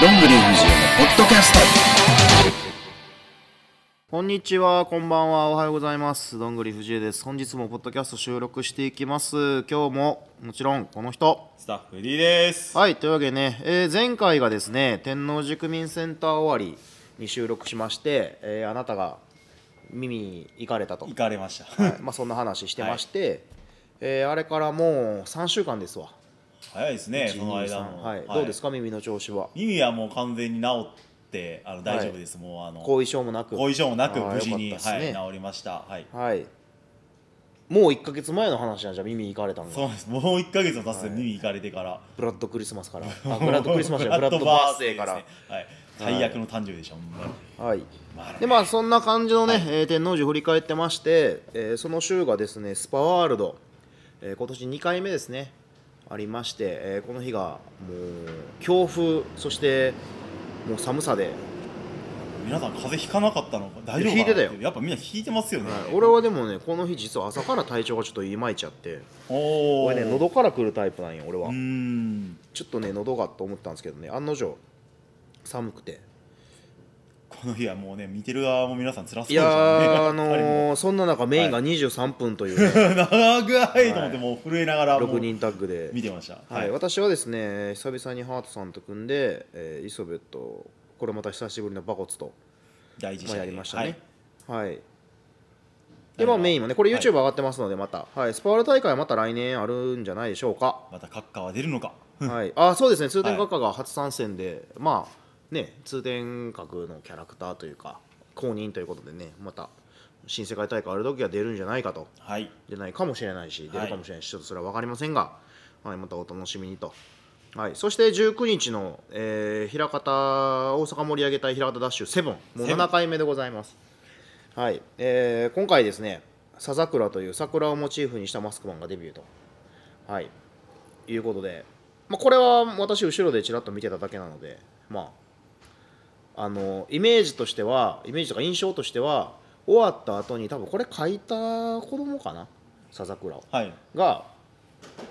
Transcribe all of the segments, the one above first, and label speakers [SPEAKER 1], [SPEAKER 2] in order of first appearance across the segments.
[SPEAKER 1] どんぐり藤枝のポッドキャスト
[SPEAKER 2] こんにちは、こんばんは、おはようございます。どんぐり藤江です。本日もポッドキャスト収録していきます。今日ももちろんこの人。
[SPEAKER 3] スタッフ D です。
[SPEAKER 2] はい、というわけでね、えー前回がですね、天王寺区民センター終わりに収録しまして、えーあなたが耳に行かれたと
[SPEAKER 3] 行、かれました。
[SPEAKER 2] はいまあ、そんな話してまして、えーあれからもう3週間ですわ。
[SPEAKER 3] 早いですね、その間
[SPEAKER 2] 1 2
[SPEAKER 3] も。
[SPEAKER 2] はいどうですか、耳の調子は。
[SPEAKER 3] 耳はもう完全に治って、あの大丈夫です。もうあの
[SPEAKER 2] 後遺症もなく。
[SPEAKER 3] 後遺症もなく
[SPEAKER 2] あー
[SPEAKER 3] 無事に、
[SPEAKER 2] よかった
[SPEAKER 3] は
[SPEAKER 2] っすね
[SPEAKER 3] い治りました。はい。
[SPEAKER 2] はい。もう1ヶ月前の話なんじゃん、耳に行かれたのが。
[SPEAKER 3] そうです。もう一ヶ月も経つと耳行かれてから、
[SPEAKER 2] ブラッドクリスマス から、あブラッドクリスマスじゃないブラッ
[SPEAKER 3] ブラッド
[SPEAKER 2] ド
[SPEAKER 3] バ
[SPEAKER 2] バ
[SPEAKER 3] ー
[SPEAKER 2] ー
[SPEAKER 3] ス
[SPEAKER 2] ス
[SPEAKER 3] デ
[SPEAKER 2] デ
[SPEAKER 3] ー
[SPEAKER 2] ー
[SPEAKER 3] か
[SPEAKER 2] からら、
[SPEAKER 3] はい。最悪の誕生日でした。ほんまに
[SPEAKER 2] はい。
[SPEAKER 3] まあ
[SPEAKER 2] でまあそんな感じのね、えー天王寺振り返ってまして、えーその週がですねスパワールド、えー今年2回目ですねありまして、えーこの日がもう強風そしてもう寒さで、
[SPEAKER 3] 皆さん風邪ひかなかったのか大丈夫かな
[SPEAKER 2] 引いてたよ
[SPEAKER 3] やっぱみんな引いてますよね。
[SPEAKER 2] 俺はでもねこの日実は朝から体調がちょっといまいちゃって
[SPEAKER 3] おお。
[SPEAKER 2] 俺ね喉から来るタイプなんよ俺は、
[SPEAKER 3] うーん。
[SPEAKER 2] ちょっとね喉がと思ったんですけどね案の定寒くて
[SPEAKER 3] この日はもうね見てる側も皆さん辛そう
[SPEAKER 2] い
[SPEAKER 3] でし
[SPEAKER 2] や
[SPEAKER 3] たね。
[SPEAKER 2] ー、あ
[SPEAKER 3] あれも
[SPEAKER 2] のー、そんな中メインが23分というね、
[SPEAKER 3] 長いと思ってもう震えながらも
[SPEAKER 2] 6
[SPEAKER 3] う
[SPEAKER 2] 人タッグ で、
[SPEAKER 3] 見てました。
[SPEAKER 2] はい、私はですね久々にハートさんと組んで、えー、磯部とこれまた久しぶりの馬骨と、
[SPEAKER 3] 大事
[SPEAKER 2] まあ、やりましたねはい、
[SPEAKER 3] なるほ
[SPEAKER 2] で
[SPEAKER 3] ど
[SPEAKER 2] まあメインもねこれ
[SPEAKER 3] はい
[SPEAKER 2] YouTube 上がってますのでまた、はい、スパワール大会はまた来年あるんじゃないでしょうか
[SPEAKER 3] また閣下は出るのか
[SPEAKER 2] はいあそうですね通天閣下が初参戦で、まあね通天閣のキャラクターというか公認ということでねまた新世界大会ある時は出るんじゃないかと
[SPEAKER 3] はい
[SPEAKER 2] 出ないかもしれないし
[SPEAKER 3] い
[SPEAKER 2] 出るかもしれないし、ちょっとそれは分かりませんが、はい、またお楽しみにと、はい、そして19日の、えー、枚方大阪盛り上げ隊枚方ダッシュセブンもう
[SPEAKER 3] セブン
[SPEAKER 2] 7回目でございます、はいえー今回ですね「さざくら」という桜をモチーフにしたマスクマンがデビューと、はい、いうことで、まあ、これは私後ろでちらっと見てただけなのでまああのイメージとしてはイメージとか印象としては終わった後に多分これ書いた子供かな笹倉を
[SPEAKER 3] はい
[SPEAKER 2] が、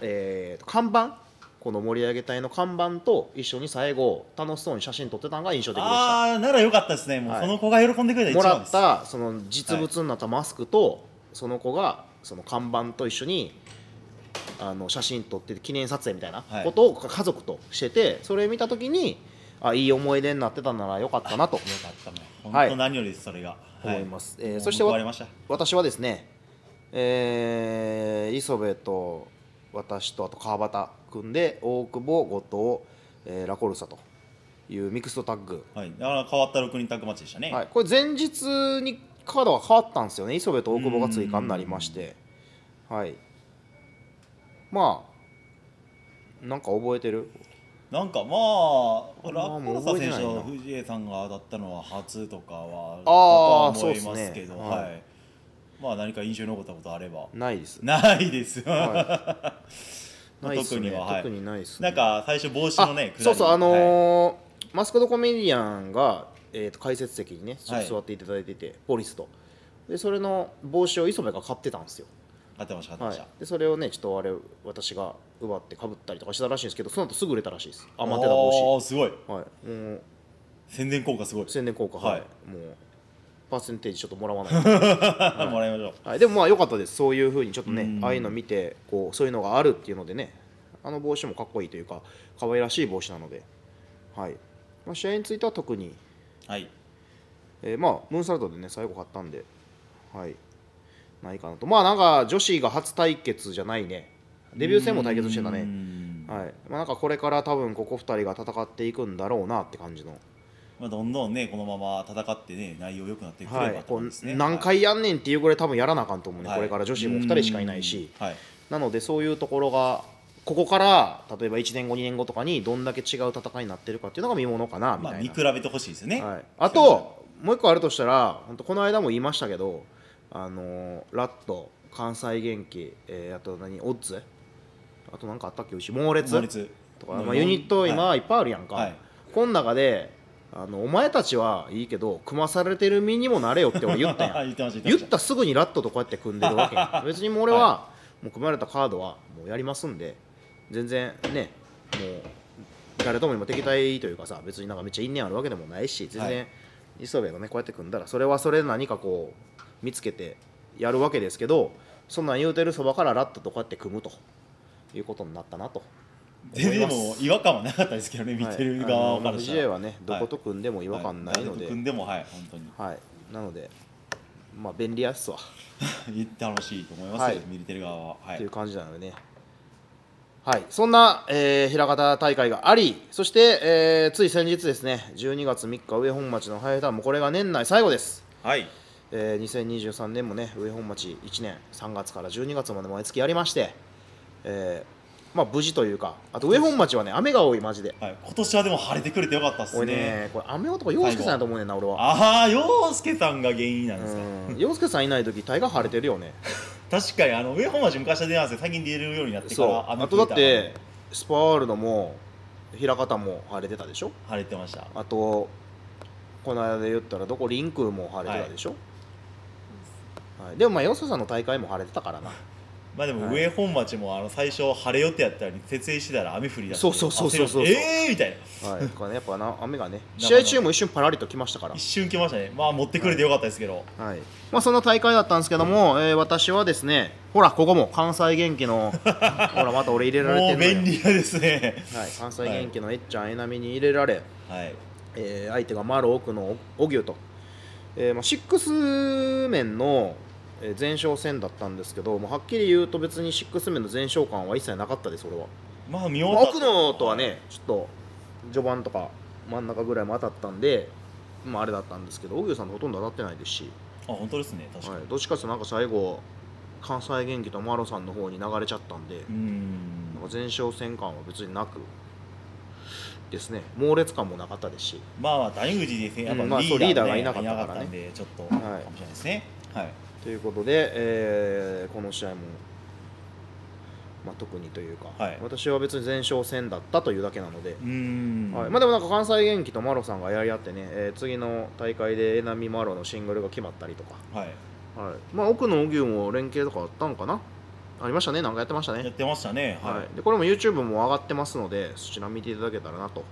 [SPEAKER 2] えー看板この盛り上げ隊の看板と一緒に最後楽しそうに写真撮ってたのが印象的でした
[SPEAKER 3] ああならよかったですねもう
[SPEAKER 2] はい
[SPEAKER 3] その子が喜んでくれた
[SPEAKER 2] も
[SPEAKER 3] 一
[SPEAKER 2] ら
[SPEAKER 3] 番で
[SPEAKER 2] っ
[SPEAKER 3] す
[SPEAKER 2] たその実物になったマスクと、その子がその看板と一緒にあの写真撮って記念撮影みたいな
[SPEAKER 3] はい
[SPEAKER 2] ことを家族としててそれ見た時にあいい思い出になってたならよかったなと
[SPEAKER 3] よかったもう
[SPEAKER 2] はい
[SPEAKER 3] 本当何よりですそれが
[SPEAKER 2] 思います、えーそ
[SPEAKER 3] そ
[SPEAKER 2] し
[SPEAKER 3] してて
[SPEAKER 2] わ
[SPEAKER 3] 終わりました
[SPEAKER 2] 私はですね、えー、磯部と私とあと川端組んで大久保後藤、えーラコルサというミクストタッグ、
[SPEAKER 3] はいだから変わった6人タッグマッチでしたね
[SPEAKER 2] はい、これ前日にカードが変わったんですよね磯部と大久保が追加になりましてはいまあなんか覚えてる
[SPEAKER 3] なんかまあ
[SPEAKER 2] あん
[SPEAKER 3] ラ
[SPEAKER 2] ま
[SPEAKER 3] コロ
[SPEAKER 2] 覚
[SPEAKER 3] サ選手
[SPEAKER 2] えてないな
[SPEAKER 3] と藤江さんが当たったのは初とかは
[SPEAKER 2] あー
[SPEAKER 3] だとは思いますけど
[SPEAKER 2] そうっすね
[SPEAKER 3] は
[SPEAKER 2] はい
[SPEAKER 3] いまあ何か印象に残ったことあれば
[SPEAKER 2] ないです
[SPEAKER 3] ないです
[SPEAKER 2] はないっす
[SPEAKER 3] 特に
[SPEAKER 2] ね
[SPEAKER 3] ははい
[SPEAKER 2] 特にないですね
[SPEAKER 3] なんか最初帽子のね
[SPEAKER 2] あそうそうあの
[SPEAKER 3] はい
[SPEAKER 2] ーマスコットコメディアンが、えー、と解説席にね
[SPEAKER 3] はい
[SPEAKER 2] 座っていただいてて、ポリスとでそれの帽子を磯部が買ってたんですよ、
[SPEAKER 3] 買ってました買って
[SPEAKER 2] は
[SPEAKER 3] ました
[SPEAKER 2] い、でそれをねちょっとあれ私が奪ってかぶったりとかしたらしいんですけどその後すぐ売れたらしいです余ってた帽
[SPEAKER 3] あーすごい
[SPEAKER 2] 子はいもう
[SPEAKER 3] 宣伝効果すごい
[SPEAKER 2] 宣伝効果はい、
[SPEAKER 3] は
[SPEAKER 2] もうパーセンテージちょっともらわない と、
[SPEAKER 3] もらいましょう
[SPEAKER 2] はい、でもまあ良かったですそういうふうにちょっと
[SPEAKER 3] う
[SPEAKER 2] ね
[SPEAKER 3] ん
[SPEAKER 2] ああいうの見てこうそういうのがあるっていうのでねあの帽子もかっこいいというか可愛らしい帽子なので、はいまあ、試合については特に、
[SPEAKER 3] はい
[SPEAKER 2] えーまあムーンサルトでね最後買ったんではいないかなとまあなんか女子が初対決じゃないねデビュー戦も対決してた
[SPEAKER 3] うー
[SPEAKER 2] ね
[SPEAKER 3] ん
[SPEAKER 2] はいまあ、なんかこれから多分ここ2人が戦っていくんだろうなって感じの
[SPEAKER 3] まあ、どんどんねこのまま戦ってね内容良くなってくれば
[SPEAKER 2] はい、
[SPEAKER 3] と
[SPEAKER 2] こ
[SPEAKER 3] 思うんですね、
[SPEAKER 2] う何
[SPEAKER 3] はい
[SPEAKER 2] 回やんねんっていうぐらい多分やらなあかんと思うね、
[SPEAKER 3] はい
[SPEAKER 2] これから女子も2人しかいないし、
[SPEAKER 3] うんはい
[SPEAKER 2] なのでそういうところがここから例えば1年後2年後とかにどんだけ違う戦いになってるかっていうのが見ものかなみ
[SPEAKER 3] まあ
[SPEAKER 2] たい
[SPEAKER 3] 見
[SPEAKER 2] な
[SPEAKER 3] 比、べてほしいですよね、
[SPEAKER 2] はい、あともう一個あるとしたら本当この間も言いましたけどあのーラット関西元気、えーあと何オッズあと何かあったっけうち猛烈
[SPEAKER 3] 猛烈
[SPEAKER 2] とか、まあ、ユニット今
[SPEAKER 3] はい
[SPEAKER 2] いっぱいあるやんか、
[SPEAKER 3] はい
[SPEAKER 2] この中であのお前たちはいいけど組まされてる身にもなれよって俺言ったやん
[SPEAKER 3] 言ってました言
[SPEAKER 2] 言
[SPEAKER 3] っ
[SPEAKER 2] って
[SPEAKER 3] ました
[SPEAKER 2] すぐにラットとこうやって組んでるわけ やん別にもう俺は、もう組まれたカードはもうやりますんで全然ねもう誰とも今敵対というかさ別になんかめっちゃ因縁あるわけでもないし全
[SPEAKER 3] は
[SPEAKER 2] 然
[SPEAKER 3] い
[SPEAKER 2] 磯部がねこうやって組んだらそれはそれで何かこう見つけてやるわけですけどそんなん言うてるそばからラッタとこうやって組むということになったなと
[SPEAKER 3] 全然で
[SPEAKER 2] 思いま
[SPEAKER 3] も違和感はなかったですけどね見てる側からした
[SPEAKER 2] j
[SPEAKER 3] ら、
[SPEAKER 2] はねどこと組んでも違和感ないの
[SPEAKER 3] はい誰
[SPEAKER 2] で
[SPEAKER 3] と組んでもはい本当に
[SPEAKER 2] はいなのでまあ便利やっすわ
[SPEAKER 3] 楽 しいと思いますよ、
[SPEAKER 2] はい
[SPEAKER 3] 見てる側はは
[SPEAKER 2] と
[SPEAKER 3] い
[SPEAKER 2] いう感じなのでね。はい、そんな、えー、平方大会があり、そして、えーつい先日ですね、12月3日、上本町のハイタウンもこれが年内最後です。
[SPEAKER 3] はい
[SPEAKER 2] えー2023年もね、上本町1年、3月から12月まで毎月やりまして、えーまあ、無事というか、あと上本町はね、雨が多い、マジで。
[SPEAKER 3] はい、今年はでも晴れてくれてよかったっす
[SPEAKER 2] 俺
[SPEAKER 3] ね
[SPEAKER 2] ね、これ、雨男、洋介さんやと思うねんな、俺は。
[SPEAKER 3] ああ洋介さんが原因なんですか、
[SPEAKER 2] うん洋介さんいない時大概晴れてるよね。
[SPEAKER 3] 確かにあの上本町昔は出なんですけど最近出れるようになってか
[SPEAKER 2] そう
[SPEAKER 3] ら
[SPEAKER 2] あ
[SPEAKER 3] 雨
[SPEAKER 2] とだって、スパワールドも、平方も晴れてたでしょ。
[SPEAKER 3] 晴れてました
[SPEAKER 2] あとこの間で言ったらどこリンクも晴れてたでしょ、はいでもまあよそさんの大会も晴れてたからな
[SPEAKER 3] まあでも
[SPEAKER 2] はい
[SPEAKER 3] 上本町もあの最初晴れよってやったのに設営してたら雨降りだして
[SPEAKER 2] そうそうそうそうそう
[SPEAKER 3] 焦りましたええー、みたいな
[SPEAKER 2] はいこれねやっぱな雨がね
[SPEAKER 3] なか
[SPEAKER 2] 試合中も一瞬パラリと来ましたから
[SPEAKER 3] 一瞬来ましたねまあ持ってくれてよかったですけど、
[SPEAKER 2] はいまあ、そんな大会だったんですけども、えー私はですねほらここも関西元気のほらまた俺入れられて
[SPEAKER 3] も
[SPEAKER 2] る
[SPEAKER 3] う
[SPEAKER 2] のよ
[SPEAKER 3] 便利屋ですね
[SPEAKER 2] はい、関西元気のえっちゃんえなみに入れられ、
[SPEAKER 3] はい
[SPEAKER 2] えー相手がマロ奥のオギュと、えーまあ、シックス面のえー前哨戦だったんですけど、まあ、はっきり言うと別にシックス面の前哨感は一切なかったです、俺は。
[SPEAKER 3] まあ見終
[SPEAKER 2] まあ
[SPEAKER 3] わった
[SPEAKER 2] 奥野とはね、ちょっと序盤とか真ん中ぐらいも当たったんで、まあ、あれだったんですけど、オギュさんとほとんど当たってないですし、
[SPEAKER 3] あ本当ですね確かに、
[SPEAKER 2] はい、どっちかというとなんか最後、関西元気とマロさんの方に流れちゃったんで。
[SPEAKER 3] うーん
[SPEAKER 2] なんか前哨戦感は別になくですね猛烈感もなかったですし、
[SPEAKER 3] まあまあ谷口ですねやっぱ
[SPEAKER 2] うん
[SPEAKER 3] リー
[SPEAKER 2] ま
[SPEAKER 3] ダ
[SPEAKER 2] あ
[SPEAKER 3] ー,、
[SPEAKER 2] そうリーダーがいなかったからね
[SPEAKER 3] いなんでちょっとか
[SPEAKER 2] い
[SPEAKER 3] もしれないですねはい
[SPEAKER 2] ということで、えーこの試合も、まあ、特にというか、
[SPEAKER 3] はい
[SPEAKER 2] 私は別に前哨戦だったというだけなので
[SPEAKER 3] う、ーん、
[SPEAKER 2] はいまあ、でもなんか関西元気とマロさんがやり合ってね、えー次の大会で江波マロのシングルが決まったりとか、
[SPEAKER 3] はい
[SPEAKER 2] はいまあ、奥の荻生も連携とかあったのかなありましたね、なんかやってました
[SPEAKER 3] やっ
[SPEAKER 2] ね、
[SPEAKER 3] てましたねはい、
[SPEAKER 2] はい、でこれも YouTube も上がってますのでそちら見ていただけたらなと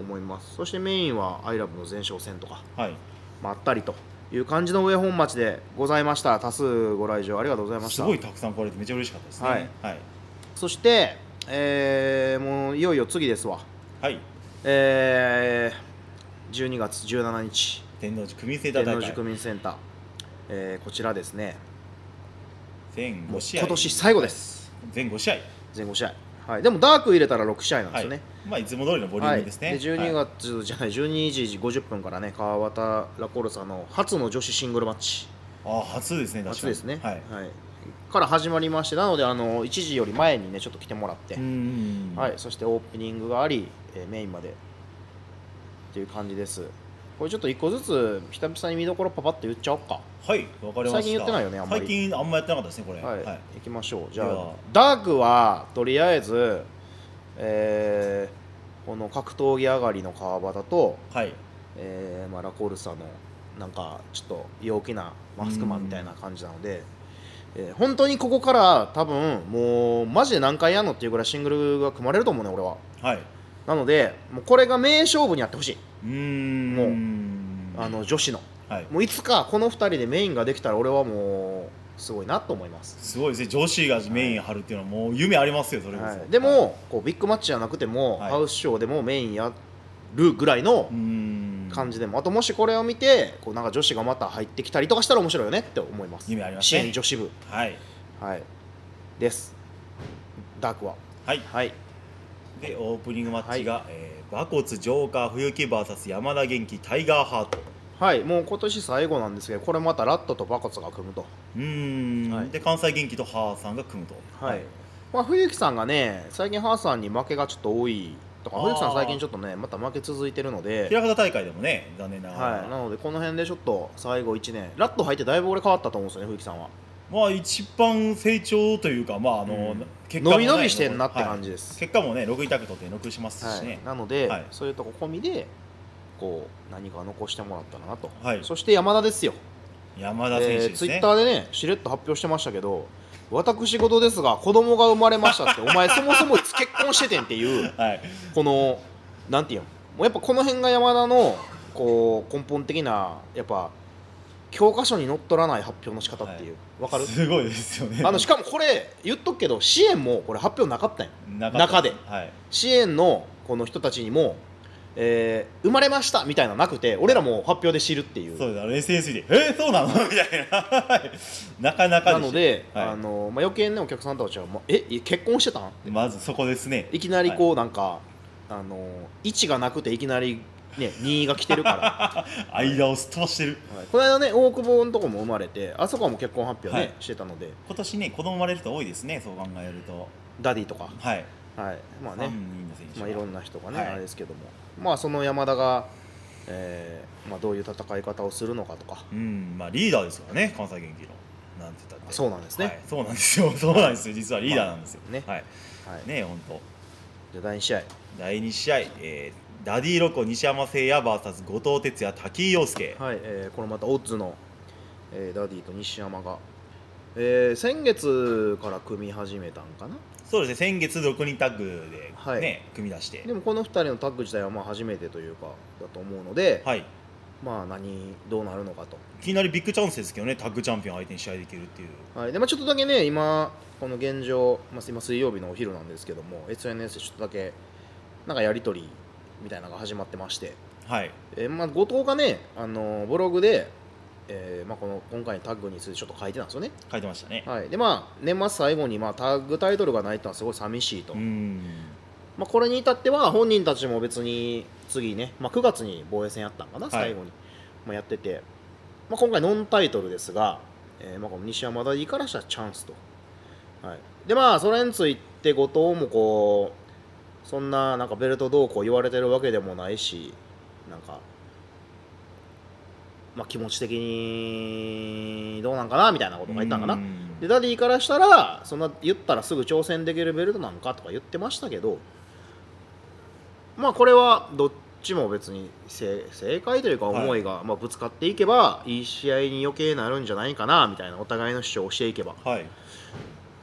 [SPEAKER 2] 思いますそしてメインは「アイラブの前哨戦とか
[SPEAKER 3] はい、
[SPEAKER 2] まああったりという感じの上本町でございました多数ご来場ありがとうございました
[SPEAKER 3] すごいたくさん来られてめちゃ嬉しかったですね
[SPEAKER 2] はい
[SPEAKER 3] はい、
[SPEAKER 2] そして、えーもういよいよ次ですわ、
[SPEAKER 3] はい
[SPEAKER 2] えー12月17日
[SPEAKER 3] 天王寺組みセーター
[SPEAKER 2] 天
[SPEAKER 3] 大
[SPEAKER 2] 王
[SPEAKER 3] 会
[SPEAKER 2] 寺区民センター、えーこちらですね
[SPEAKER 3] 全
[SPEAKER 2] も
[SPEAKER 3] 5
[SPEAKER 2] う
[SPEAKER 3] 試合
[SPEAKER 2] 今年最後です
[SPEAKER 3] 全5試合
[SPEAKER 2] 全5試合、はい、でもダーク入れたら6試合なんで
[SPEAKER 3] は
[SPEAKER 2] す
[SPEAKER 3] い、
[SPEAKER 2] よね、
[SPEAKER 3] まあいつも通りのボリュームですね、
[SPEAKER 2] はい、で12
[SPEAKER 3] はい
[SPEAKER 2] 月、じゃない12時50分からね川端ラコルサの初の女子シングルマッチ
[SPEAKER 3] あ初ですね確かに
[SPEAKER 2] 初ですね、
[SPEAKER 3] はい、
[SPEAKER 2] から始まりましてなのであの1時より前にねちょっと来てもらって、
[SPEAKER 3] うーん
[SPEAKER 2] はい、そしてオープニングがあり、えーメインまでっていう感じですこれちょっと一個ずつ久々に見どころパパッと言っちゃおうか
[SPEAKER 3] はいわかりました
[SPEAKER 2] 最近言ってないよねあんまり
[SPEAKER 3] 最近あんまやってなかったですねこれ
[SPEAKER 2] はい、
[SPEAKER 3] はい
[SPEAKER 2] 行きましょうじゃ
[SPEAKER 3] で
[SPEAKER 2] あ
[SPEAKER 3] は
[SPEAKER 2] ダークはとりあえず、えーこの格闘技上がりの川端と、
[SPEAKER 3] はい
[SPEAKER 2] えーまあ、ラコールさんのなんかちょっと陽気なマスクマンみたいな感じなので、えー本当にここから多分もうマジで何回やんのっていうぐらいシングルが組まれると思うね俺は
[SPEAKER 3] はいう
[SPEAKER 2] なのでもうこれが名勝負にやってほしい、
[SPEAKER 3] ーん
[SPEAKER 2] もう
[SPEAKER 3] も
[SPEAKER 2] あの女子の
[SPEAKER 3] はい
[SPEAKER 2] もういつかこの2人でメインができたら俺はもうすごいなと思います、
[SPEAKER 3] すごいですね女子がメイン張るっていうのはもう夢ありますよそれこそ、
[SPEAKER 2] はい、でも、こうビッグマッチじゃなくても、
[SPEAKER 3] はい
[SPEAKER 2] ハウスショーでもメインやるぐらいの
[SPEAKER 3] うーん
[SPEAKER 2] 感じでもあともしこれを見てこうなんか女子がまた入ってきたりとかしたら面白いよねって思います
[SPEAKER 3] 夢あります
[SPEAKER 2] 支
[SPEAKER 3] ね
[SPEAKER 2] 援女子部
[SPEAKER 3] はい
[SPEAKER 2] はいですダークは
[SPEAKER 3] はい
[SPEAKER 2] はい
[SPEAKER 3] でオープニングマッチが、えー、馬骨ジョーカー冬木 VS 山田元気タイガーハート
[SPEAKER 2] はいもう今年最後なんですけどこれまたラットとバコツが組むと
[SPEAKER 3] うーん、
[SPEAKER 2] はい
[SPEAKER 3] で関西元気とハーさんが組むと
[SPEAKER 2] まあ冬木さんがね最近ハーさんに負けがちょっと多いとか
[SPEAKER 3] あー
[SPEAKER 2] 冬木さん最近ちょっとねまた負け続いてるので
[SPEAKER 3] 平方大会でもね残念ながら、
[SPEAKER 2] はい、なのでこの辺でちょっと最後1年ラット入ってだいぶ俺変わったと思うんですよね冬木さんは
[SPEAKER 3] まあ一番成長というかまああの、
[SPEAKER 2] うん
[SPEAKER 3] 結果も
[SPEAKER 2] 伸
[SPEAKER 3] ね
[SPEAKER 2] び伸びしてんなって感じです、
[SPEAKER 3] はい結果もね6位タクトって6しますし
[SPEAKER 2] はい
[SPEAKER 3] ね、、
[SPEAKER 2] なので、
[SPEAKER 3] はい
[SPEAKER 2] そういうとこ込みでこう何か残してもらったらなと、
[SPEAKER 3] はい
[SPEAKER 2] そして山田ですよ
[SPEAKER 3] 山田選手
[SPEAKER 2] えー
[SPEAKER 3] で
[SPEAKER 2] ツ
[SPEAKER 3] す
[SPEAKER 2] イッ
[SPEAKER 3] ね、
[SPEAKER 2] ターでねしれっと発表してましたけど私事ですが子供が生まれましたってお前そもそもいつ結婚しててんっていう
[SPEAKER 3] はい
[SPEAKER 2] このなんていうのもうやっぱこの辺が山田のこう根本的なやっぱ教科書にのっとらない発表の仕方っていうわ、かる
[SPEAKER 3] すごいですよね
[SPEAKER 2] あのしかもこれ言っとくけど支援もこれ発表なかったんよ
[SPEAKER 3] 中
[SPEAKER 2] 中で
[SPEAKER 3] はい
[SPEAKER 2] 支援のこの人たちにも、えー生まれましたみたいなのなくて俺らも発表で知るっていう
[SPEAKER 3] そうですあの SNS で「えー、そうなの?」みたいなはいな かなか
[SPEAKER 2] な
[SPEAKER 3] した
[SPEAKER 2] ので、
[SPEAKER 3] はい
[SPEAKER 2] あのまあ、余計ねお客さんたちは「まあえ結婚してたん?」って
[SPEAKER 3] まずそこですね
[SPEAKER 2] いきなりこうなんか、あの位置がなくていきなり、ね、2位が来てる から
[SPEAKER 3] 間をすっ飛ばしてる
[SPEAKER 2] はい、この間ね大久保のとこも生まれてあそこはもう結婚発表ね、
[SPEAKER 3] はい
[SPEAKER 2] してたので
[SPEAKER 3] 今年ね子供生まれる人多いですねそう考えると
[SPEAKER 2] ダディとか
[SPEAKER 3] はい
[SPEAKER 2] はいまあ
[SPEAKER 3] 3
[SPEAKER 2] ね、
[SPEAKER 3] 人の選手
[SPEAKER 2] ま
[SPEAKER 3] が
[SPEAKER 2] あ、いろんな人がね、
[SPEAKER 3] はい
[SPEAKER 2] あれですけどもまあその山田が、えーまあ、どういう戦い方をするのかとか
[SPEAKER 3] うんまあリーダーですからね関西元気のなんて言ったって
[SPEAKER 2] そうなんですね、
[SPEAKER 3] は
[SPEAKER 2] はい
[SPEAKER 3] い、そうなんですよ そうなんですよ実はリーダーなんですよ、
[SPEAKER 2] まあね
[SPEAKER 3] はいね本当
[SPEAKER 2] じゃあ第2試合
[SPEAKER 3] 第2試合、えーダディロコ西山誠也 VS 後藤哲也滝井陽介
[SPEAKER 2] はい、えーこれまたオッズの、えーダディと西山が、えー先月から組み始めたんかな
[SPEAKER 3] そうですね先月6人タッグで、ね
[SPEAKER 2] はい
[SPEAKER 3] 組み出して
[SPEAKER 2] でもこの2人のタッグ自体はまあ初めてというかだと思うので、
[SPEAKER 3] はい、い
[SPEAKER 2] まあ何どうなるのかと
[SPEAKER 3] きなりビッグチャンスですけどねタッグチャンピオン相手に試合できるっていう
[SPEAKER 2] はいでまあ、ちょっとだけね、今、この現状、まあ、今水曜日のお昼なんですけども、SNS でちょっとだけ、なんかやり取りみたいなのが始まってまして、
[SPEAKER 3] はい
[SPEAKER 2] えーまあ、後藤がね、あのーブログで、えーまあ、この今回のタッグについてちょっと書いてたんですよね。
[SPEAKER 3] 書いてましたね、
[SPEAKER 2] はい、で、まあ、年末最後に、まあ、タッグタイトルがないってのはすごい寂しいと、
[SPEAKER 3] うん
[SPEAKER 2] まあ、これに至っては、本人たちも別に次ね、まあ、9月に防衛戦やったんかな、最後に、まあ、やってて、まあ、今回、ノンタイトルですが、えーまあ、この西山田いいからしたらチャンスと。はい、で、まあ、それについて、後藤もこう、そんな、なんかベルトどうこう言われてるわけでもないし、なんか、まあ、気持ち的にどうなんかなみたいなことが言ったんかな
[SPEAKER 3] う。ん
[SPEAKER 2] でダディからしたらそんな言ったらすぐ挑戦できるベルトなんかとか言ってましたけどまあこれはどっちも別に正正解というか
[SPEAKER 3] はい
[SPEAKER 2] 思いが、まあ、ぶつかっていけばいい試合に余計なるんじゃないかなみたいなお互いの主張をしていけば
[SPEAKER 3] はい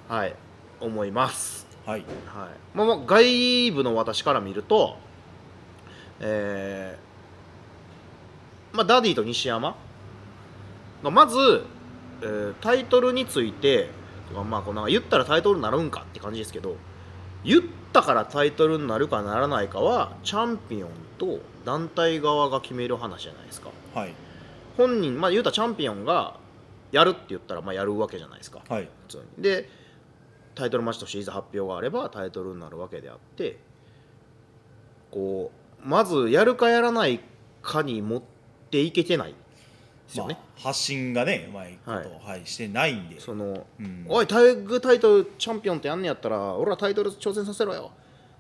[SPEAKER 2] はい思います、
[SPEAKER 3] はい
[SPEAKER 2] はいまあ、まあ外部の私から見るとえーまあダディと西山がまず、えータイトルについてまあこうなんか言ったらタイトルになるんかって感じですけど言ったからタイトルになるかならないかはチャンピオンと団体側が決める話じゃないですか
[SPEAKER 3] はい
[SPEAKER 2] 本人まあ言うたらチャンピオンがやるって言ったらまあやるわけじゃないですか
[SPEAKER 3] はい
[SPEAKER 2] 普通にでタイトルマッチとしていざ発表があればタイトルになるわけであってこうまずやるかやらないかに持っていけてないですよね、
[SPEAKER 3] まあ、発信がねうまいこと、はいしてないんで
[SPEAKER 2] その
[SPEAKER 3] うん
[SPEAKER 2] おいタイグタイトルチャンピオンってやんねやったら俺らタイトル挑戦させろよ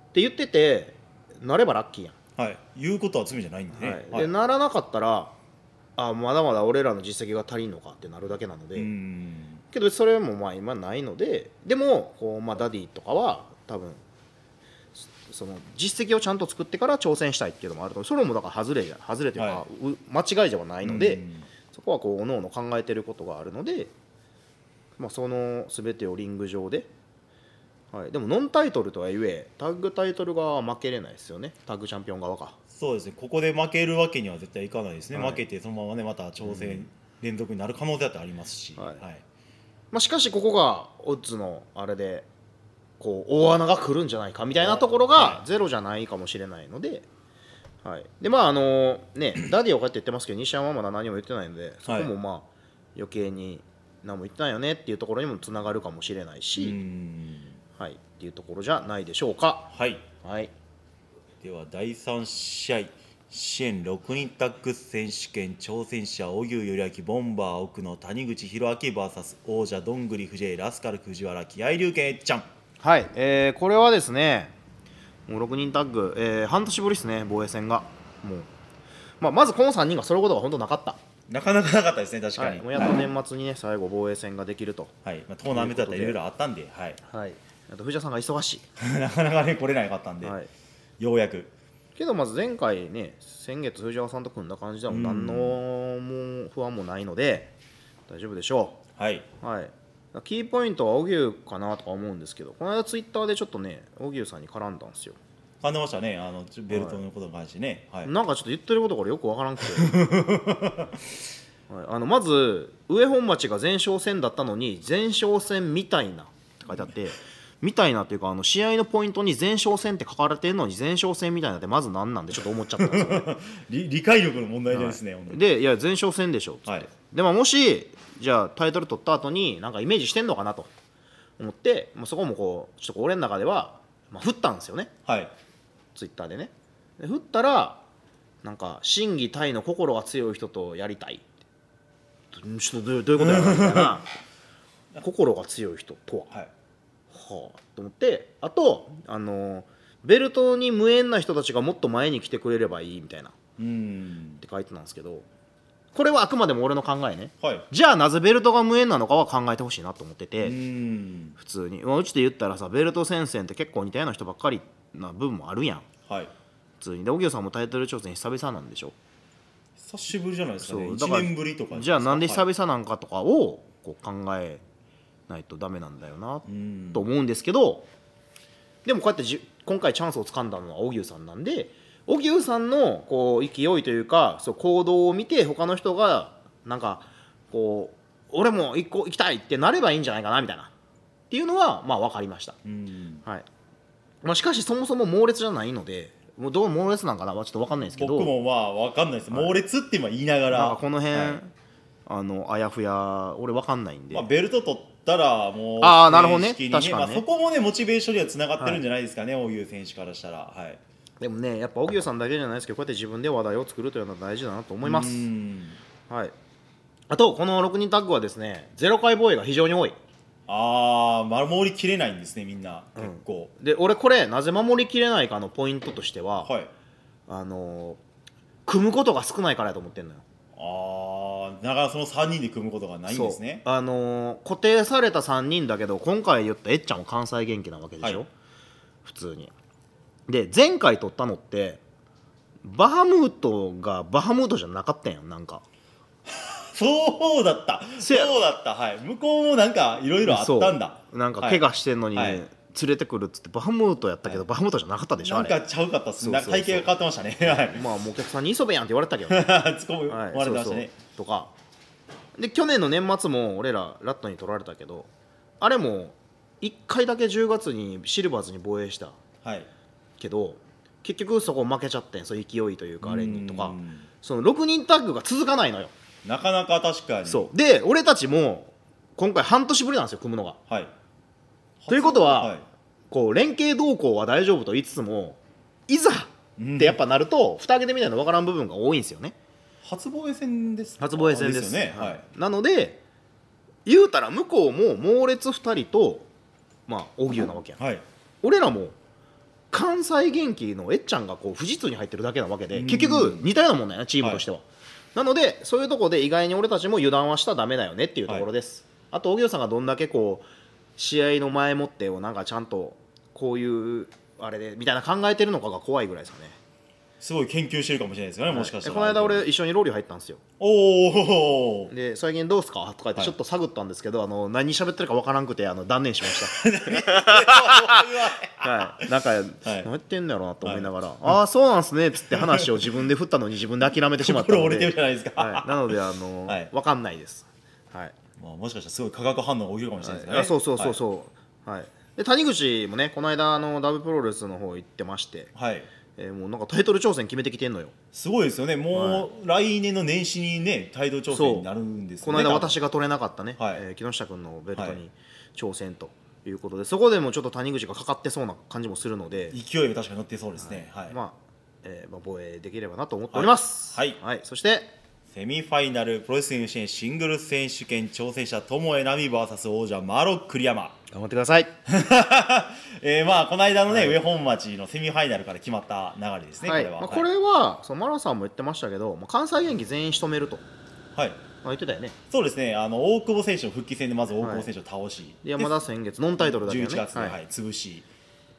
[SPEAKER 2] って言っててなればラッキーやん、
[SPEAKER 3] はい、言うことは罪じゃないんでね、
[SPEAKER 2] はいでならなかったらあまだまだ俺らの実績が足りんのかってなるだけなので、
[SPEAKER 3] うん
[SPEAKER 2] けどそれもまあ今ないのででもこう、まあ、ダディとかは多分そその実績をちゃんと作ってから挑戦したいっていうのもあると思うそれもだから外れじゃ外れというか、
[SPEAKER 3] は
[SPEAKER 2] う間違いではないので、
[SPEAKER 3] うん
[SPEAKER 2] そこはこう各々考えてることがあるので、まあ、その全てをリング上で、はい、でもノンタイトルとはいえタッグタイトル側は負けれないですよねタッグチャンピオン側か。
[SPEAKER 3] そうですねここで負けるわけには絶対いかないですね、
[SPEAKER 2] はい
[SPEAKER 3] 負けてそのままねまた挑戦連続になる可能性だってありますし、
[SPEAKER 2] はい
[SPEAKER 3] はい
[SPEAKER 2] まあ、しかしここがオッズのあれでこう大穴が来るんじゃないかみたいなところがゼロじゃないかもしれないので、はい、でまああのねダディをこうやって言ってますけど西山はまだ何も言ってないのでそこもまあ余計に何も言ってないよねっていうところにもつながるかもしれないうし、
[SPEAKER 3] ん
[SPEAKER 2] はい、っていうところじゃないでしょうか。
[SPEAKER 3] はい
[SPEAKER 2] はい、
[SPEAKER 3] では第3試合支援6人タッグ選手権挑戦者荻生頼明ボンバー奥野谷口弘明 VS 王者どんぐり藤井ラスカル藤原気合龍拳えっちゃん
[SPEAKER 2] はいえーこれはですねもう6人タッグ、えー半年ぶりですね防衛戦がもう、まあ、まずこの3人が揃うことが本当なかった。
[SPEAKER 3] なかなかなかったですね確か
[SPEAKER 2] は
[SPEAKER 3] に、
[SPEAKER 2] い、もうやっと年末にね、最後防衛戦ができると、
[SPEAKER 3] はいまあ、トーナメントだったりいろいろあったんで、はい、
[SPEAKER 2] はい、あと藤田さんが忙し
[SPEAKER 3] なかなかね来れなかったん
[SPEAKER 2] い、
[SPEAKER 3] で、
[SPEAKER 2] はい、
[SPEAKER 3] ようやく
[SPEAKER 2] けどまず前回ね先月藤原さんと組んだ感じではもう何のもう不安もないので大丈夫でしょ
[SPEAKER 3] はい、
[SPEAKER 2] う、はい、キーポイントは荻生かなとか思うんですけどこの間ツイッターでちょっとね荻生さんに絡んだんですよ
[SPEAKER 3] 噛んでましたねあのちょベルトのことに関してね、はい
[SPEAKER 2] なんかちょっと言ってることからよくわからんくて、 はい、あのまず上本町が前哨戦だったのに前哨戦みたいなって書いてあってみたいなっていうかあの試合のポイントに前哨戦って書かれてるのに前哨戦みたいなってまず何なんでちょっと思っちゃったんですよ、
[SPEAKER 3] 理理解力の問題 ですね、
[SPEAKER 2] は
[SPEAKER 3] 本当
[SPEAKER 2] い
[SPEAKER 3] に
[SPEAKER 2] でいや前哨戦でしょっつって、
[SPEAKER 3] はい
[SPEAKER 2] でももしじゃあタイトル取った後になんかイメージしてんのかなと思って、まあ、そこもこうちょっとこう俺の中では、まあ、振ったんですよね
[SPEAKER 3] はい
[SPEAKER 2] ツイッターでねで振ったらなんか「真偽タイの心が強い人とやりたい」ってちょっとどうどういうことやろうみたいな心が強い人とは、は
[SPEAKER 3] はい
[SPEAKER 2] あ、と思ってあとあのベルトに無縁な人たちがもっと前に来てくれればいいみたいなっ
[SPEAKER 3] うん
[SPEAKER 2] て書いてたんですけどこれはあくまでも俺の考えね
[SPEAKER 3] はい
[SPEAKER 2] じゃあなぜベルトが無縁なのかは考えてほしいなと思ってて、
[SPEAKER 3] うん
[SPEAKER 2] 普通にまあうちで言ったらさベルト戦線って結構似たような人ばっかりな部分もあるやん
[SPEAKER 3] はい
[SPEAKER 2] 普通にで荻野さんもタイトル挑戦久々なんでしょ
[SPEAKER 3] 久しぶりじゃないですかね
[SPEAKER 2] そう
[SPEAKER 3] 1年ぶりとか
[SPEAKER 2] じゃあなんで久
[SPEAKER 3] はい
[SPEAKER 2] 々なんかとかをこう考えないとダメなんだよな
[SPEAKER 3] うん
[SPEAKER 2] と思うんですけどでもこうやってじ今回チャンスをつかんだのは荻生さんなんで荻生さんのこう勢いというかそう行動を見て他の人がなんかこう俺も一個行きたいってなればいいんじゃないかなみたいなっていうのはまあ分かりました。
[SPEAKER 3] うん
[SPEAKER 2] はいまあ、しかしそもそも猛烈じゃないのでもうどう猛烈なんかなはちょっと分かんないですけど
[SPEAKER 3] 僕もまあわかんないです、猛烈って今言いなが
[SPEAKER 2] なんからこの辺、
[SPEAKER 3] はい
[SPEAKER 2] あのあやふや俺わかんないんで、
[SPEAKER 3] まあ、ベルト取ったらもう
[SPEAKER 2] あーなるほどね
[SPEAKER 3] 正式
[SPEAKER 2] 確かにね
[SPEAKER 3] まあ、そこもねモチベーションにはつながってるんじゃないですかね大湯、選手からしたらはい
[SPEAKER 2] でもねやっぱ荻生さんだけじゃないですけどこうやって自分で話題を作るというのは大事だなと思います
[SPEAKER 3] うん
[SPEAKER 2] はいあとこの6人タッグはですねゼロ回防衛が非常に多い
[SPEAKER 3] ああ守りきれないんですねみんな結構、
[SPEAKER 2] で俺これなぜ守りきれないかのポイントとしては、
[SPEAKER 3] はい
[SPEAKER 2] あのー組むことが少ないからやと思ってんのよ
[SPEAKER 3] ああなかなかその3人で組むことがないんですね
[SPEAKER 2] そうあのー固定された3人だけど今回言ったえっちゃんは関西元気なわけでしょ、
[SPEAKER 3] はい
[SPEAKER 2] 普通にで前回取ったのってバハムートがバハムートじゃなかったんやんなんか
[SPEAKER 3] そうだった
[SPEAKER 2] せや
[SPEAKER 3] そうだったはい向こうもなんかいろいろあったんだ
[SPEAKER 2] そうなんか
[SPEAKER 3] はい
[SPEAKER 2] 怪我してんのにね、
[SPEAKER 3] はい
[SPEAKER 2] 連れてくるっつってバハムートやったけど、
[SPEAKER 3] はい
[SPEAKER 2] バハムートじゃなかったでしょ
[SPEAKER 3] な
[SPEAKER 2] あ
[SPEAKER 3] ん
[SPEAKER 2] れ
[SPEAKER 3] かちゃうかったっすね
[SPEAKER 2] そう
[SPEAKER 3] な
[SPEAKER 2] そ
[SPEAKER 3] ん
[SPEAKER 2] うそ
[SPEAKER 3] か
[SPEAKER 2] う
[SPEAKER 3] 体型が変わってましたねはい
[SPEAKER 2] まあもうお客さんに磯部やんって言われてたけどね
[SPEAKER 3] 突っ込
[SPEAKER 2] はい
[SPEAKER 3] まれて
[SPEAKER 2] そ
[SPEAKER 3] ました
[SPEAKER 2] うそう
[SPEAKER 3] ね
[SPEAKER 2] とかで去年の年末も俺らラットに取られたけどあれも1回だけ10月にシルバーズに防衛した
[SPEAKER 3] はい
[SPEAKER 2] けど結局そこ負けちゃってんそう勢いというかあれにと
[SPEAKER 3] う
[SPEAKER 2] か
[SPEAKER 3] ん
[SPEAKER 2] その6人タッグが続かないのよ
[SPEAKER 3] なかなか確かに
[SPEAKER 2] そうで俺たちも今回半年ぶりなんですよ組むのが
[SPEAKER 3] はい
[SPEAKER 2] ということは
[SPEAKER 3] っ
[SPEAKER 2] こう連携動向は大丈夫と言いつつもいざってやっぱなると蓋開けてみないの分からん部分が多いんですよね
[SPEAKER 3] 初防衛戦です
[SPEAKER 2] 初防衛戦です
[SPEAKER 3] よねはい
[SPEAKER 2] なので言うたら向こうも猛烈2人とまあ荻生なわけやん
[SPEAKER 3] はい
[SPEAKER 2] 俺らも関西元気のえっちゃんがこう富士通に入ってるだけなわけで
[SPEAKER 3] うん
[SPEAKER 2] 結局似たようなもんだよねチームとしては、なのでそういうところで意外に俺たちも油断はしたらダメだよねっていうところです、あと荻野さんがどんだけこう試合の前もってをなんかちゃんとこういうあれでみたいな考えてるのかが怖いぐらいですかね
[SPEAKER 3] すごい研究してるかもしれないですよねもしかしたら
[SPEAKER 2] この間俺一緒にローリー入ったんですよ
[SPEAKER 3] おお
[SPEAKER 2] で最近どうすかとか言って
[SPEAKER 3] はい
[SPEAKER 2] ちょっと探ったんですけど、あの何喋ってるかわからんくてあの断念しました はい、なんか、何やってんのやろうなと思いながら、ああそうなんすねっつって話を自分で振ったのに自分で諦めてしまったの
[SPEAKER 3] 心
[SPEAKER 2] で
[SPEAKER 3] 折れてるじゃないですか
[SPEAKER 2] はい、なのであの、
[SPEAKER 3] はい
[SPEAKER 2] わかんないです、はい
[SPEAKER 3] まあもしかしたらすごい化学反応が起きるかもしれないですね
[SPEAKER 2] あそうそうそうそう、はいで谷口もねこの間あのダブプロレスの方行ってまして、
[SPEAKER 3] はいはい
[SPEAKER 2] えーもうなんかタイトル挑戦決めてきてんのよ
[SPEAKER 3] すごいですよねもう来年の年始にね態度調整になるんです
[SPEAKER 2] こ
[SPEAKER 3] よ
[SPEAKER 2] の
[SPEAKER 3] ね
[SPEAKER 2] 間私が取れなかったね、
[SPEAKER 3] はい
[SPEAKER 2] えー木下君のベルト
[SPEAKER 3] はい
[SPEAKER 2] に挑戦ということで、そこでもちょっと谷口がかかってそうな感じもするので、
[SPEAKER 3] 勢いが確かに乗ってそうですねはい、
[SPEAKER 2] まあえーまあ、防衛できればなと思っております、
[SPEAKER 3] はい
[SPEAKER 2] はい、そして
[SPEAKER 3] セミファイナルプロレスリング支援シングル選手権挑戦者友江奈美 VS 王者マロック栗山
[SPEAKER 2] 頑張ってください
[SPEAKER 3] えー、まあこの間のね、上本町のセミファイナルから決まった流れですね、
[SPEAKER 2] はい
[SPEAKER 3] これは、
[SPEAKER 2] まあ、これはそのマラさんも言ってましたけど、まあ、関西元気全員仕留めると、ま
[SPEAKER 3] はい、
[SPEAKER 2] あ、言ってたよね
[SPEAKER 3] そうですねあの大久保選手の復帰戦でまず大久保選手を倒し、
[SPEAKER 2] で山田先月ノンタイトルだけどね
[SPEAKER 3] 11月で、はい潰し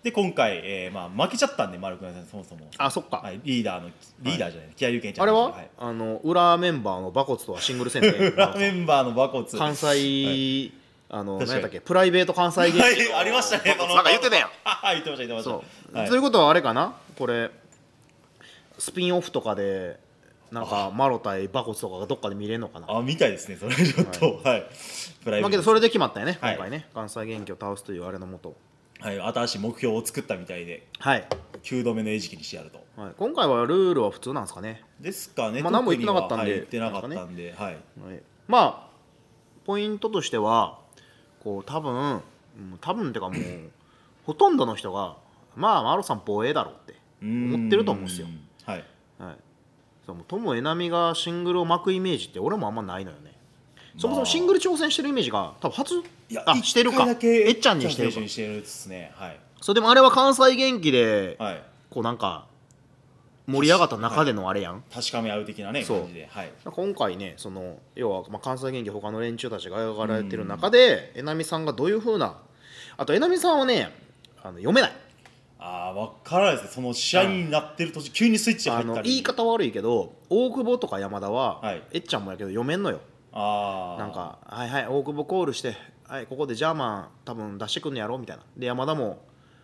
[SPEAKER 3] で今回、えーまあ、負けちゃったんで丸くんさんそもそも
[SPEAKER 2] あそっか、
[SPEAKER 3] はい、リーダーのリーダーじゃない、木谷龍拳ちゃん
[SPEAKER 2] あれは、
[SPEAKER 3] はい、
[SPEAKER 2] あの裏メンバーの馬骨とはシングル戦で
[SPEAKER 3] 裏メンバーの馬骨
[SPEAKER 2] 関西あの何
[SPEAKER 3] 確か
[SPEAKER 2] や
[SPEAKER 3] に
[SPEAKER 2] ったっけプライベート関西芸
[SPEAKER 3] は
[SPEAKER 2] 人
[SPEAKER 3] いありましたね
[SPEAKER 2] なんか言ってたやん
[SPEAKER 3] はい言ってました言ってま
[SPEAKER 2] そ
[SPEAKER 3] し
[SPEAKER 2] う、
[SPEAKER 3] たはい
[SPEAKER 2] ということはあれかなこれスピンオフとかでなんかマロ対バコツとかがどっかで見れるのかな
[SPEAKER 3] あみたいですねそれちょっとはい、プライ
[SPEAKER 2] ま
[SPEAKER 3] ベ
[SPEAKER 2] あ
[SPEAKER 3] ー
[SPEAKER 2] けど
[SPEAKER 3] ト
[SPEAKER 2] それで決まったよね、
[SPEAKER 3] はい
[SPEAKER 2] 今回ね関西元気を倒すというあれのもと
[SPEAKER 3] はい、新しい目標を作ったみたいで
[SPEAKER 2] はい、
[SPEAKER 3] 9度目の餌食にしてやると
[SPEAKER 2] はい、今回はルールは普通なんですかね、
[SPEAKER 3] ですかね、
[SPEAKER 2] まあ何も言ってなかったんで
[SPEAKER 3] 特にははい言ってなかったんで、はい、
[SPEAKER 2] はい、まあポイントとしてはこう多分うん多分ってかもうほとんどの人がまあマロさん防衛だろうって思ってると思うんですよ
[SPEAKER 3] ーんはい
[SPEAKER 2] はい、そうもうトム・エナミがシングルを巻くイメージって俺もあんまないのよねそもそもシングル挑戦してるイメージが多分初
[SPEAKER 3] いや
[SPEAKER 2] あしてる
[SPEAKER 3] 一
[SPEAKER 2] か
[SPEAKER 3] 回だけ
[SPEAKER 2] えっちゃんにしてるか
[SPEAKER 3] 選手にしてるっすねはい
[SPEAKER 2] そうでもあれは関西元気で、
[SPEAKER 3] はい
[SPEAKER 2] こうなんか盛り上がった中でのあれやん、
[SPEAKER 3] 確かめ合う的なね
[SPEAKER 2] そう
[SPEAKER 3] 感じではい
[SPEAKER 2] 今回ねその要はまあ関西元気他の連中たちが描かれてる中でえなみさんがどういうふうなあとえなみさんはねあの読 めない
[SPEAKER 3] ああ分からないですねその試合になってる途中、急にスイッチが
[SPEAKER 2] あ
[SPEAKER 3] 入った
[SPEAKER 2] の
[SPEAKER 3] り
[SPEAKER 2] 言い方悪いけど大久保とか山田は、
[SPEAKER 3] はい
[SPEAKER 2] えっちゃんもやけど読めんのよ
[SPEAKER 3] ああ
[SPEAKER 2] なんか「はいはい大久保コールして、はい、ここでジャーマン多分出してくんのやろ」みたいなで山田も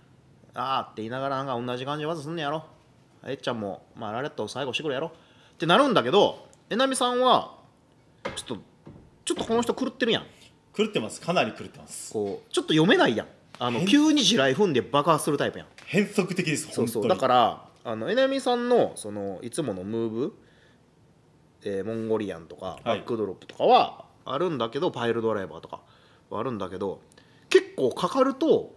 [SPEAKER 2] 「ああ」って言いながらなんか同じ感じで技すんのやろえっちゃんも「まあ、ラレット最後してくれやろ」ってなるんだけどえなみさんはちょっとちょっとこの人狂ってるやん
[SPEAKER 3] 狂ってますかなり狂ってます
[SPEAKER 2] こうちょっと読めないやんあの
[SPEAKER 3] え
[SPEAKER 2] 急に地雷踏んで爆発するタイプやん
[SPEAKER 3] 変則的です
[SPEAKER 2] そう
[SPEAKER 3] 本当
[SPEAKER 2] そう
[SPEAKER 3] に
[SPEAKER 2] だからあのえなみさんのそのいつものムーブ、えーモンゴリアンとか
[SPEAKER 3] い
[SPEAKER 2] バックドロップとかはあるんだけど、パイルドライバーとかはあるんだけど結構かかると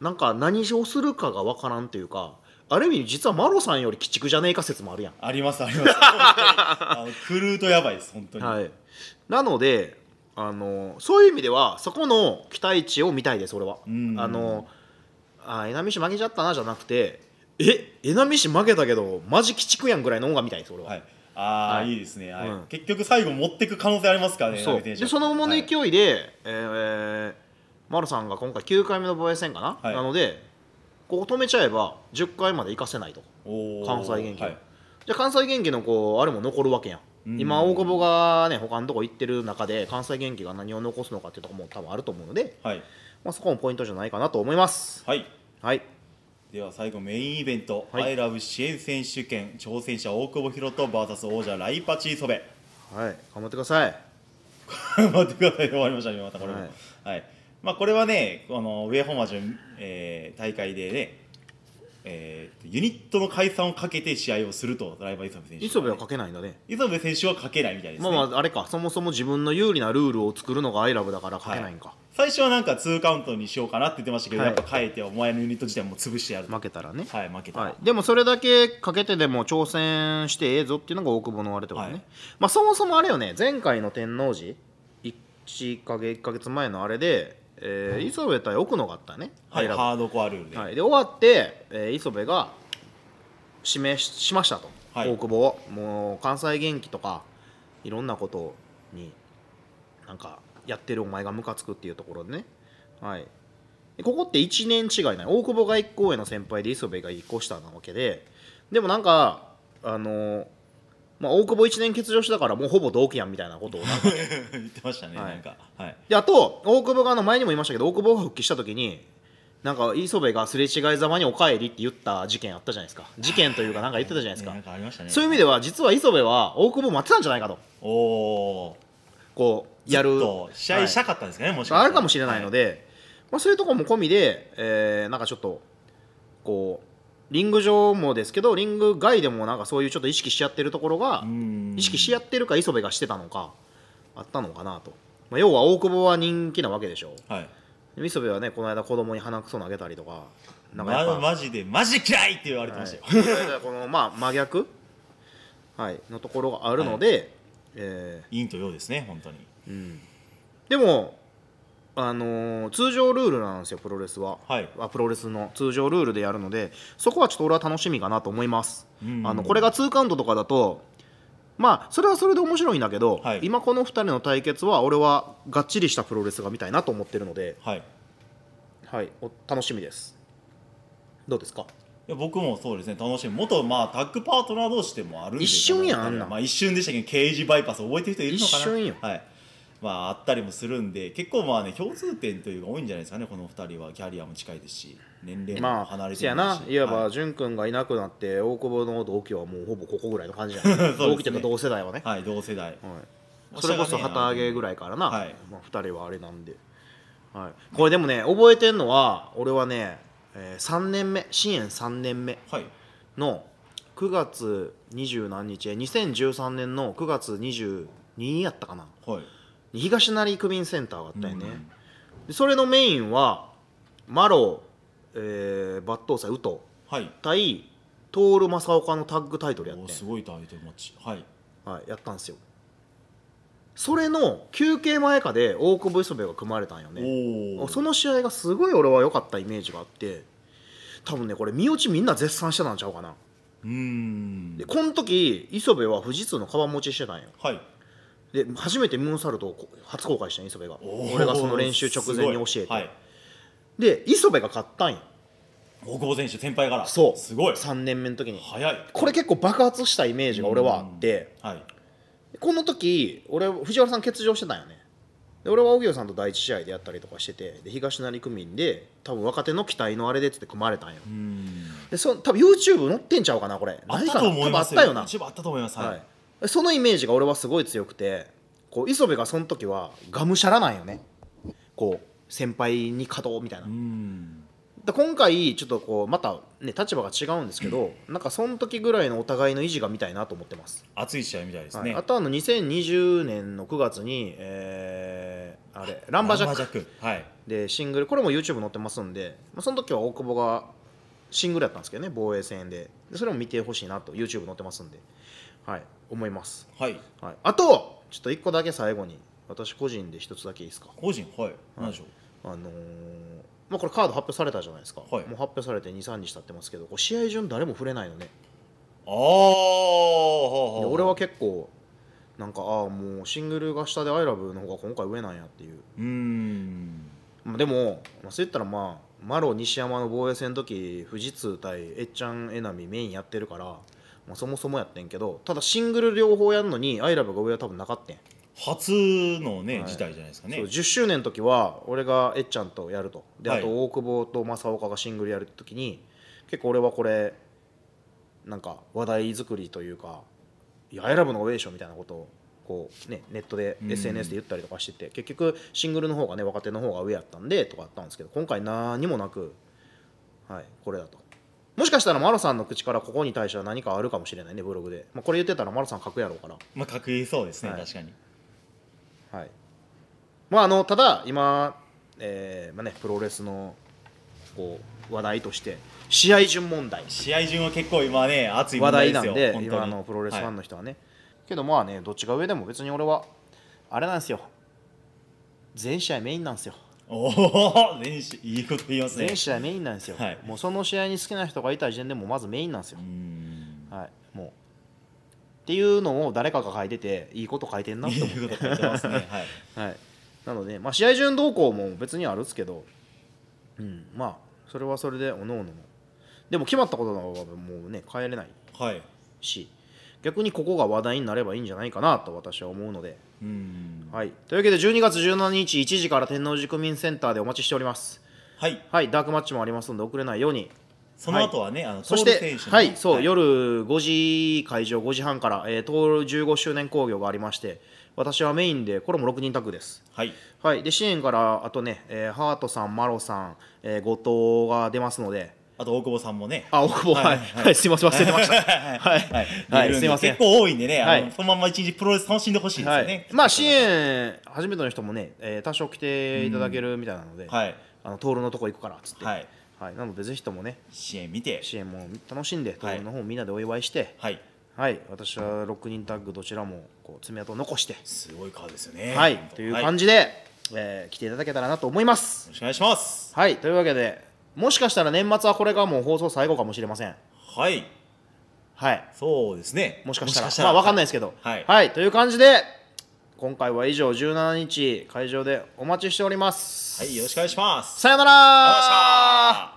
[SPEAKER 2] なんか何をするかがわからんというかある意味実はマロさんより鬼畜じゃねえか説もあるやん。
[SPEAKER 3] ありますあります本当にあの狂うとやばいです本当に、
[SPEAKER 2] はい、なのであのそういう意味ではそこの期待値を見たいです俺は。
[SPEAKER 3] うん
[SPEAKER 2] あのあ江波市負けちゃったなじゃなくてえ江波市負けたけどマジ鬼畜やんぐらいの方が見たいです俺は。
[SPEAKER 3] はい、ああ、
[SPEAKER 2] はい
[SPEAKER 3] い、いですね、はい
[SPEAKER 2] うん
[SPEAKER 3] 結局最後持っていく可能性ありますからね
[SPEAKER 2] そう
[SPEAKER 3] 成田
[SPEAKER 2] で
[SPEAKER 3] 選手は
[SPEAKER 2] その後の
[SPEAKER 3] はい
[SPEAKER 2] 勢いで、えーマルさんが今回9回目の防衛戦かな、
[SPEAKER 3] はい
[SPEAKER 2] なのでここ止めちゃえば10回まで行かせないと
[SPEAKER 3] おー
[SPEAKER 2] 関西元気を、
[SPEAKER 3] はい
[SPEAKER 2] じゃあ関西元気のこうあれも残るわけやん、
[SPEAKER 3] うん
[SPEAKER 2] 今大久保がね他のとこ行ってる中で関西元気が何を残すのかっていうとこも多分あると思うので、
[SPEAKER 3] はい、
[SPEAKER 2] まあ、そこもポイントじゃないかなと思います
[SPEAKER 3] はい
[SPEAKER 2] はい
[SPEAKER 3] では最後メインイベント「
[SPEAKER 2] はい
[SPEAKER 3] ILOVE 支援選手権」挑戦者大久保博人 VS 王者ライパチーソベ
[SPEAKER 2] はい頑張ってください
[SPEAKER 3] 待ってください終わりましたねまたこれも
[SPEAKER 2] は
[SPEAKER 3] はいい、まあこれはねあの上本町の、えー大会でねえーユニットの解散をかけて試合をするとライバー磯部選手
[SPEAKER 2] 磯部はかけないんだね
[SPEAKER 3] 磯部選手はかけないみたいです
[SPEAKER 2] ま
[SPEAKER 3] ね、
[SPEAKER 2] あまああれかそもそも自分の有利なルールを作るのがアイラブだからかけないんか、
[SPEAKER 3] 最初はなんか2カウントにしようかなって言ってましたけど、
[SPEAKER 2] はい
[SPEAKER 3] やっぱ変えてお前のユニット自体も潰してやると
[SPEAKER 2] 負けたらね、
[SPEAKER 3] はい負けた、
[SPEAKER 2] はい、でもそれだけかけてでも挑戦してええぞっていうのが大久保のあれってことね、
[SPEAKER 3] はい
[SPEAKER 2] まあ、そもそもあれよね前回の天王寺1か月1ヶ月前のあれで、えー磯部対奥野があったね、
[SPEAKER 3] はい
[SPEAKER 2] ハイラ
[SPEAKER 3] ハードコアルール
[SPEAKER 2] ブ
[SPEAKER 3] で、
[SPEAKER 2] はい、で終わって、えー磯部が指名ししましたと、
[SPEAKER 3] はい
[SPEAKER 2] 大久保をもう関西元気とかいろんなことになんかやってるお前がムカつくっていうところでね、はい、でここって1年違いない大久保が1校への先輩で磯部が1個下なわけででもなんかあのーまあ、大久保1年欠場してたからもうほぼ同期やんみたいなことをなんか
[SPEAKER 3] 言ってましたね、
[SPEAKER 2] はい
[SPEAKER 3] なんかはい
[SPEAKER 2] であと大久保があの前にも言いましたけど大久保が復帰した時になんか磯部がすれ違いざまに「おかえり」って言った事件あったじゃないですか事件というかなんか言ってたじゃないです
[SPEAKER 3] ね
[SPEAKER 2] か、
[SPEAKER 3] なんかありましたね
[SPEAKER 2] そういう意味では実は磯部は大久保を待ってたんじゃないかと
[SPEAKER 3] おお
[SPEAKER 2] こうやる
[SPEAKER 3] と試合したかったんですかね、もしかしたら
[SPEAKER 2] あるかもしれないので、まあ、そういうところも込みで、えーなんかちょっとこうリング上もですけどリング外でもなんかそういうちょっと意識し合ってるところが
[SPEAKER 3] はいうん
[SPEAKER 2] 意識し合ってるか磯部がしてたのかあったのかなと、まあ、要は大久保は人気なわけでしょ
[SPEAKER 3] はい
[SPEAKER 2] で磯部はねこの間子供に鼻くそ投げたりとかなんかやっぱ、
[SPEAKER 3] ま、マジでマジ嫌いって言われてましたよ、
[SPEAKER 2] はいだからこのまあ真逆、はい、のところがあるので、えー
[SPEAKER 3] 陰と陽ですね本当に
[SPEAKER 2] うんでも、あのー通常ルールなんですよプロレスは、
[SPEAKER 3] はい
[SPEAKER 2] あプロレスの通常ルールでやるのでそこはちょっと俺は楽しみかなと思います、
[SPEAKER 3] うん
[SPEAKER 2] あのこれが2カウントとかだとまあそれはそれで面白いんだけど、
[SPEAKER 3] はい
[SPEAKER 2] 今この2人の対決は俺はがっちりしたプロレスが見たいなと思ってるので、
[SPEAKER 3] はいい
[SPEAKER 2] はい、お楽しみですどうですか
[SPEAKER 3] や僕もそうですね楽しみ元まあタッグパートナー同士でもあるんで
[SPEAKER 2] 一瞬やんあんなん
[SPEAKER 3] まあ、一瞬でしたけど刑事バイパス覚えてる人いるのかな
[SPEAKER 2] 一瞬よ
[SPEAKER 3] はいまあ、あったりもするんで結構まあね共通点というか多いんじゃないですかねこの2人はキャリアも近いですし年齢
[SPEAKER 2] ま
[SPEAKER 3] も
[SPEAKER 2] あ、
[SPEAKER 3] 離れ
[SPEAKER 2] せ
[SPEAKER 3] て
[SPEAKER 2] や
[SPEAKER 3] るし
[SPEAKER 2] な、いわば、
[SPEAKER 3] はい
[SPEAKER 2] 淳君がいなくなって、大久保の同期はもうほぼここぐらいの感じやね、
[SPEAKER 3] そうですね
[SPEAKER 2] 同期というか同世代はね。
[SPEAKER 3] はい同世代
[SPEAKER 2] はい、それこそ旗揚げぐらいからな、
[SPEAKER 3] はい
[SPEAKER 2] まあ、2人はあれなんで、はい、これでもね覚えてんのは俺はね、え3年目支援3年目
[SPEAKER 3] はい
[SPEAKER 2] の9月20何日え2013年の9月22やったかな
[SPEAKER 3] はい
[SPEAKER 2] 東成区民センターがあったよね、
[SPEAKER 3] うん
[SPEAKER 2] でそれのメインはマロ、えー、抜刀斎ウト
[SPEAKER 3] はい
[SPEAKER 2] 対徹正岡のタッグタイトルやって
[SPEAKER 3] お
[SPEAKER 2] ん
[SPEAKER 3] すごいタイトルマッチはい
[SPEAKER 2] はい、やったんですよそれの休憩前かで大久保磯部が組まれたんよね
[SPEAKER 3] おお
[SPEAKER 2] その試合がすごい俺は良かったイメージがあって多分ねこれ身内みんな絶賛してたんちゃうかな
[SPEAKER 3] うーん
[SPEAKER 2] でこの時磯部は富士通のカバン持ちしてたんよ
[SPEAKER 3] はい
[SPEAKER 2] で初めてムーンサルトをこ初公開したん磯部が
[SPEAKER 3] おー
[SPEAKER 2] 俺がその練習直前に教え
[SPEAKER 3] す
[SPEAKER 2] て、
[SPEAKER 3] ごいはい
[SPEAKER 2] で磯部が勝ったんよ
[SPEAKER 3] 大久保選手先輩から
[SPEAKER 2] そう
[SPEAKER 3] すごい
[SPEAKER 2] 3年目の時に
[SPEAKER 3] 早い
[SPEAKER 2] これ結構爆発したイメージが俺はあって、
[SPEAKER 3] はい
[SPEAKER 2] この時俺藤原さん欠場してたんよねで俺は荻野さんと第一試合でやったりとかしててで東成区民で多分若手の期待のあれでっつって組まれたんよ
[SPEAKER 3] うーん
[SPEAKER 2] でそ多分 YouTube 載ってんちゃうかなこれ
[SPEAKER 3] あっ
[SPEAKER 2] ない
[SPEAKER 3] た
[SPEAKER 2] か
[SPEAKER 3] と
[SPEAKER 2] な
[SPEAKER 3] 思い
[SPEAKER 2] 多分あ
[SPEAKER 3] ま
[SPEAKER 2] っ
[SPEAKER 3] す
[SPEAKER 2] たよな
[SPEAKER 3] 一部あったと思います
[SPEAKER 2] は
[SPEAKER 3] はい
[SPEAKER 2] でそのイメージが俺はすごい強くてこう磯部がその時はがむしゃらなんよねこう先輩に勝とうみたいな、
[SPEAKER 3] うーん
[SPEAKER 2] で今回ちょっとこうまたね立場が違うんですけどなんかその時ぐらいのお互いの意地が見たいなと思ってます
[SPEAKER 3] 熱い試合みたいです
[SPEAKER 2] はい、
[SPEAKER 3] ね
[SPEAKER 2] あとあの2020年の9月に、えーあれラ
[SPEAKER 3] ラ
[SPEAKER 2] ンバージャック
[SPEAKER 3] ックはい
[SPEAKER 2] でシングルこれも YouTube 載ってますんで、まあ、その時は大久保がシングルやったんですけどね防衛戦ででそれも見てほしいなと YouTube 載ってますんではい思います、
[SPEAKER 3] はい
[SPEAKER 2] はい、あとちょっと1個だけ最後に私個人で1つだけいいですか
[SPEAKER 3] 個人はい何でしょう
[SPEAKER 2] あのーまあ、これカード発表されたじゃないですか、
[SPEAKER 3] はい
[SPEAKER 2] もう発表されて23日経ってますけどこう試合順誰も触れないのね
[SPEAKER 3] ああ
[SPEAKER 2] で俺は結構なんかああもうシングルが下で「アイラブの方が今回上なんやっていう
[SPEAKER 3] うーん
[SPEAKER 2] まあでも、まあ、そう言ったらまあマロ西山の防衛戦の時富士通対えっちゃんえなみメインやってるから、まあ、そもそもやってんけどただシングル両方やるのにアイラブが上は多分なかったん、
[SPEAKER 3] 初のね、
[SPEAKER 2] はい
[SPEAKER 3] 事態じゃないですか
[SPEAKER 2] そう
[SPEAKER 3] ね
[SPEAKER 2] 10周年の時は俺がえっちゃんとやるとであと
[SPEAKER 3] はい
[SPEAKER 2] 大久保と正岡がシングルやる時に結構俺はこれなんか話題作りというか「いやアイラブの方が上でしょ」みたいなことをこう、ね、ネットで
[SPEAKER 3] うん
[SPEAKER 2] SNS で言ったりとかしてて結局シングルの方がね若手の方が上やったんでとかあったんですけど今回何もなく、はい、これだと。もしかしたらマロさんの口からここに対しては何かあるかもしれないねブログで、まあ、これ言ってたらマロさん書くやろうから
[SPEAKER 3] まあ確実そうですね、
[SPEAKER 2] はい
[SPEAKER 3] 確かに
[SPEAKER 2] はい、まああのただ今、えーまあね、プロレスのこう話題として試合順問題
[SPEAKER 3] 試合順は結構今ね熱い
[SPEAKER 2] 話
[SPEAKER 3] 問
[SPEAKER 2] 題
[SPEAKER 3] 題で
[SPEAKER 2] な
[SPEAKER 3] すよ
[SPEAKER 2] んで
[SPEAKER 3] 本当に
[SPEAKER 2] 今のプロレスファン
[SPEAKER 3] はい
[SPEAKER 2] の人はね、けどまあねどっちが上でも別に俺はあれなんですよ全試合メインなんですよ
[SPEAKER 3] おお全試いいこと言いますね
[SPEAKER 2] 全試合メインなんですよ、
[SPEAKER 3] はい
[SPEAKER 2] もうその試合に好きな人がいた時点でもうまずメインなんですよ
[SPEAKER 3] うー、ん
[SPEAKER 2] はいもうっていうのを誰かが書いてていいこと書いてんなって
[SPEAKER 3] い
[SPEAKER 2] 思っ
[SPEAKER 3] い
[SPEAKER 2] て
[SPEAKER 3] こと書いてますね はい
[SPEAKER 2] はい、なので、まあ、試合順動向も別にあるんですけど、うん、まあそれはそれでおのおののでも決まったことならばもうね変えれない
[SPEAKER 3] はい
[SPEAKER 2] し逆にここが話題になればいいんじゃないかなと私は思うので、
[SPEAKER 3] うーん
[SPEAKER 2] はい、というわけで12月17日1時から天王寺区民センターでお待ちしております
[SPEAKER 3] はい
[SPEAKER 2] はいダークマッチもありますので遅れないように
[SPEAKER 3] その後はね、あの
[SPEAKER 2] そし
[SPEAKER 3] トー
[SPEAKER 2] て
[SPEAKER 3] ル選、手の
[SPEAKER 2] はい、そう、夜5時会場5時半から、えー、トール15周年興行がありまして私はメインでこれも6人タッグです
[SPEAKER 3] はい
[SPEAKER 2] はい、で支援からあとね、えーハートさん、マロさん、えー後藤が出ますので、
[SPEAKER 3] あと大久保さんもね
[SPEAKER 2] あ、大久保、はい、はい、すみません、忘れてました。はい、はい、
[SPEAKER 3] るんです
[SPEAKER 2] みません。
[SPEAKER 3] 結構多いんでね、あ
[SPEAKER 2] は
[SPEAKER 3] の
[SPEAKER 2] い
[SPEAKER 3] そのまま一日プロレス楽しんでほしいです
[SPEAKER 2] は
[SPEAKER 3] よ
[SPEAKER 2] い、
[SPEAKER 3] ね、
[SPEAKER 2] まあ、支援、初めての人もね、えー多少来ていただけるみたいなので、
[SPEAKER 3] はい
[SPEAKER 2] あの、トールのとこ行くからっつって、
[SPEAKER 3] はい
[SPEAKER 2] はいなので、ぜひともね、
[SPEAKER 3] 支援見て
[SPEAKER 2] 支援も楽しんで、トールの方みんなでお祝いして、
[SPEAKER 3] はい
[SPEAKER 2] はい、私は6人タッグ、どちらもこう爪痕を残して、
[SPEAKER 3] すごい顔ですよね
[SPEAKER 2] はい
[SPEAKER 3] 本、当
[SPEAKER 2] という
[SPEAKER 3] は
[SPEAKER 2] 感
[SPEAKER 3] い、よ
[SPEAKER 2] じで、えー来ていただけたらなと思います。
[SPEAKER 3] ろしくお願いします
[SPEAKER 2] はい、というわけで、もしかしたら年末はこれがもう放送最後かもしれません。
[SPEAKER 3] はい
[SPEAKER 2] はい、
[SPEAKER 3] そうですね
[SPEAKER 2] もしかしたら、まあわかんないですけど、
[SPEAKER 3] はい
[SPEAKER 2] という感じで、今回は以上17日会場でお待ちしております。
[SPEAKER 3] はいよろしくお願いします
[SPEAKER 2] さよなら
[SPEAKER 3] ありがとうございました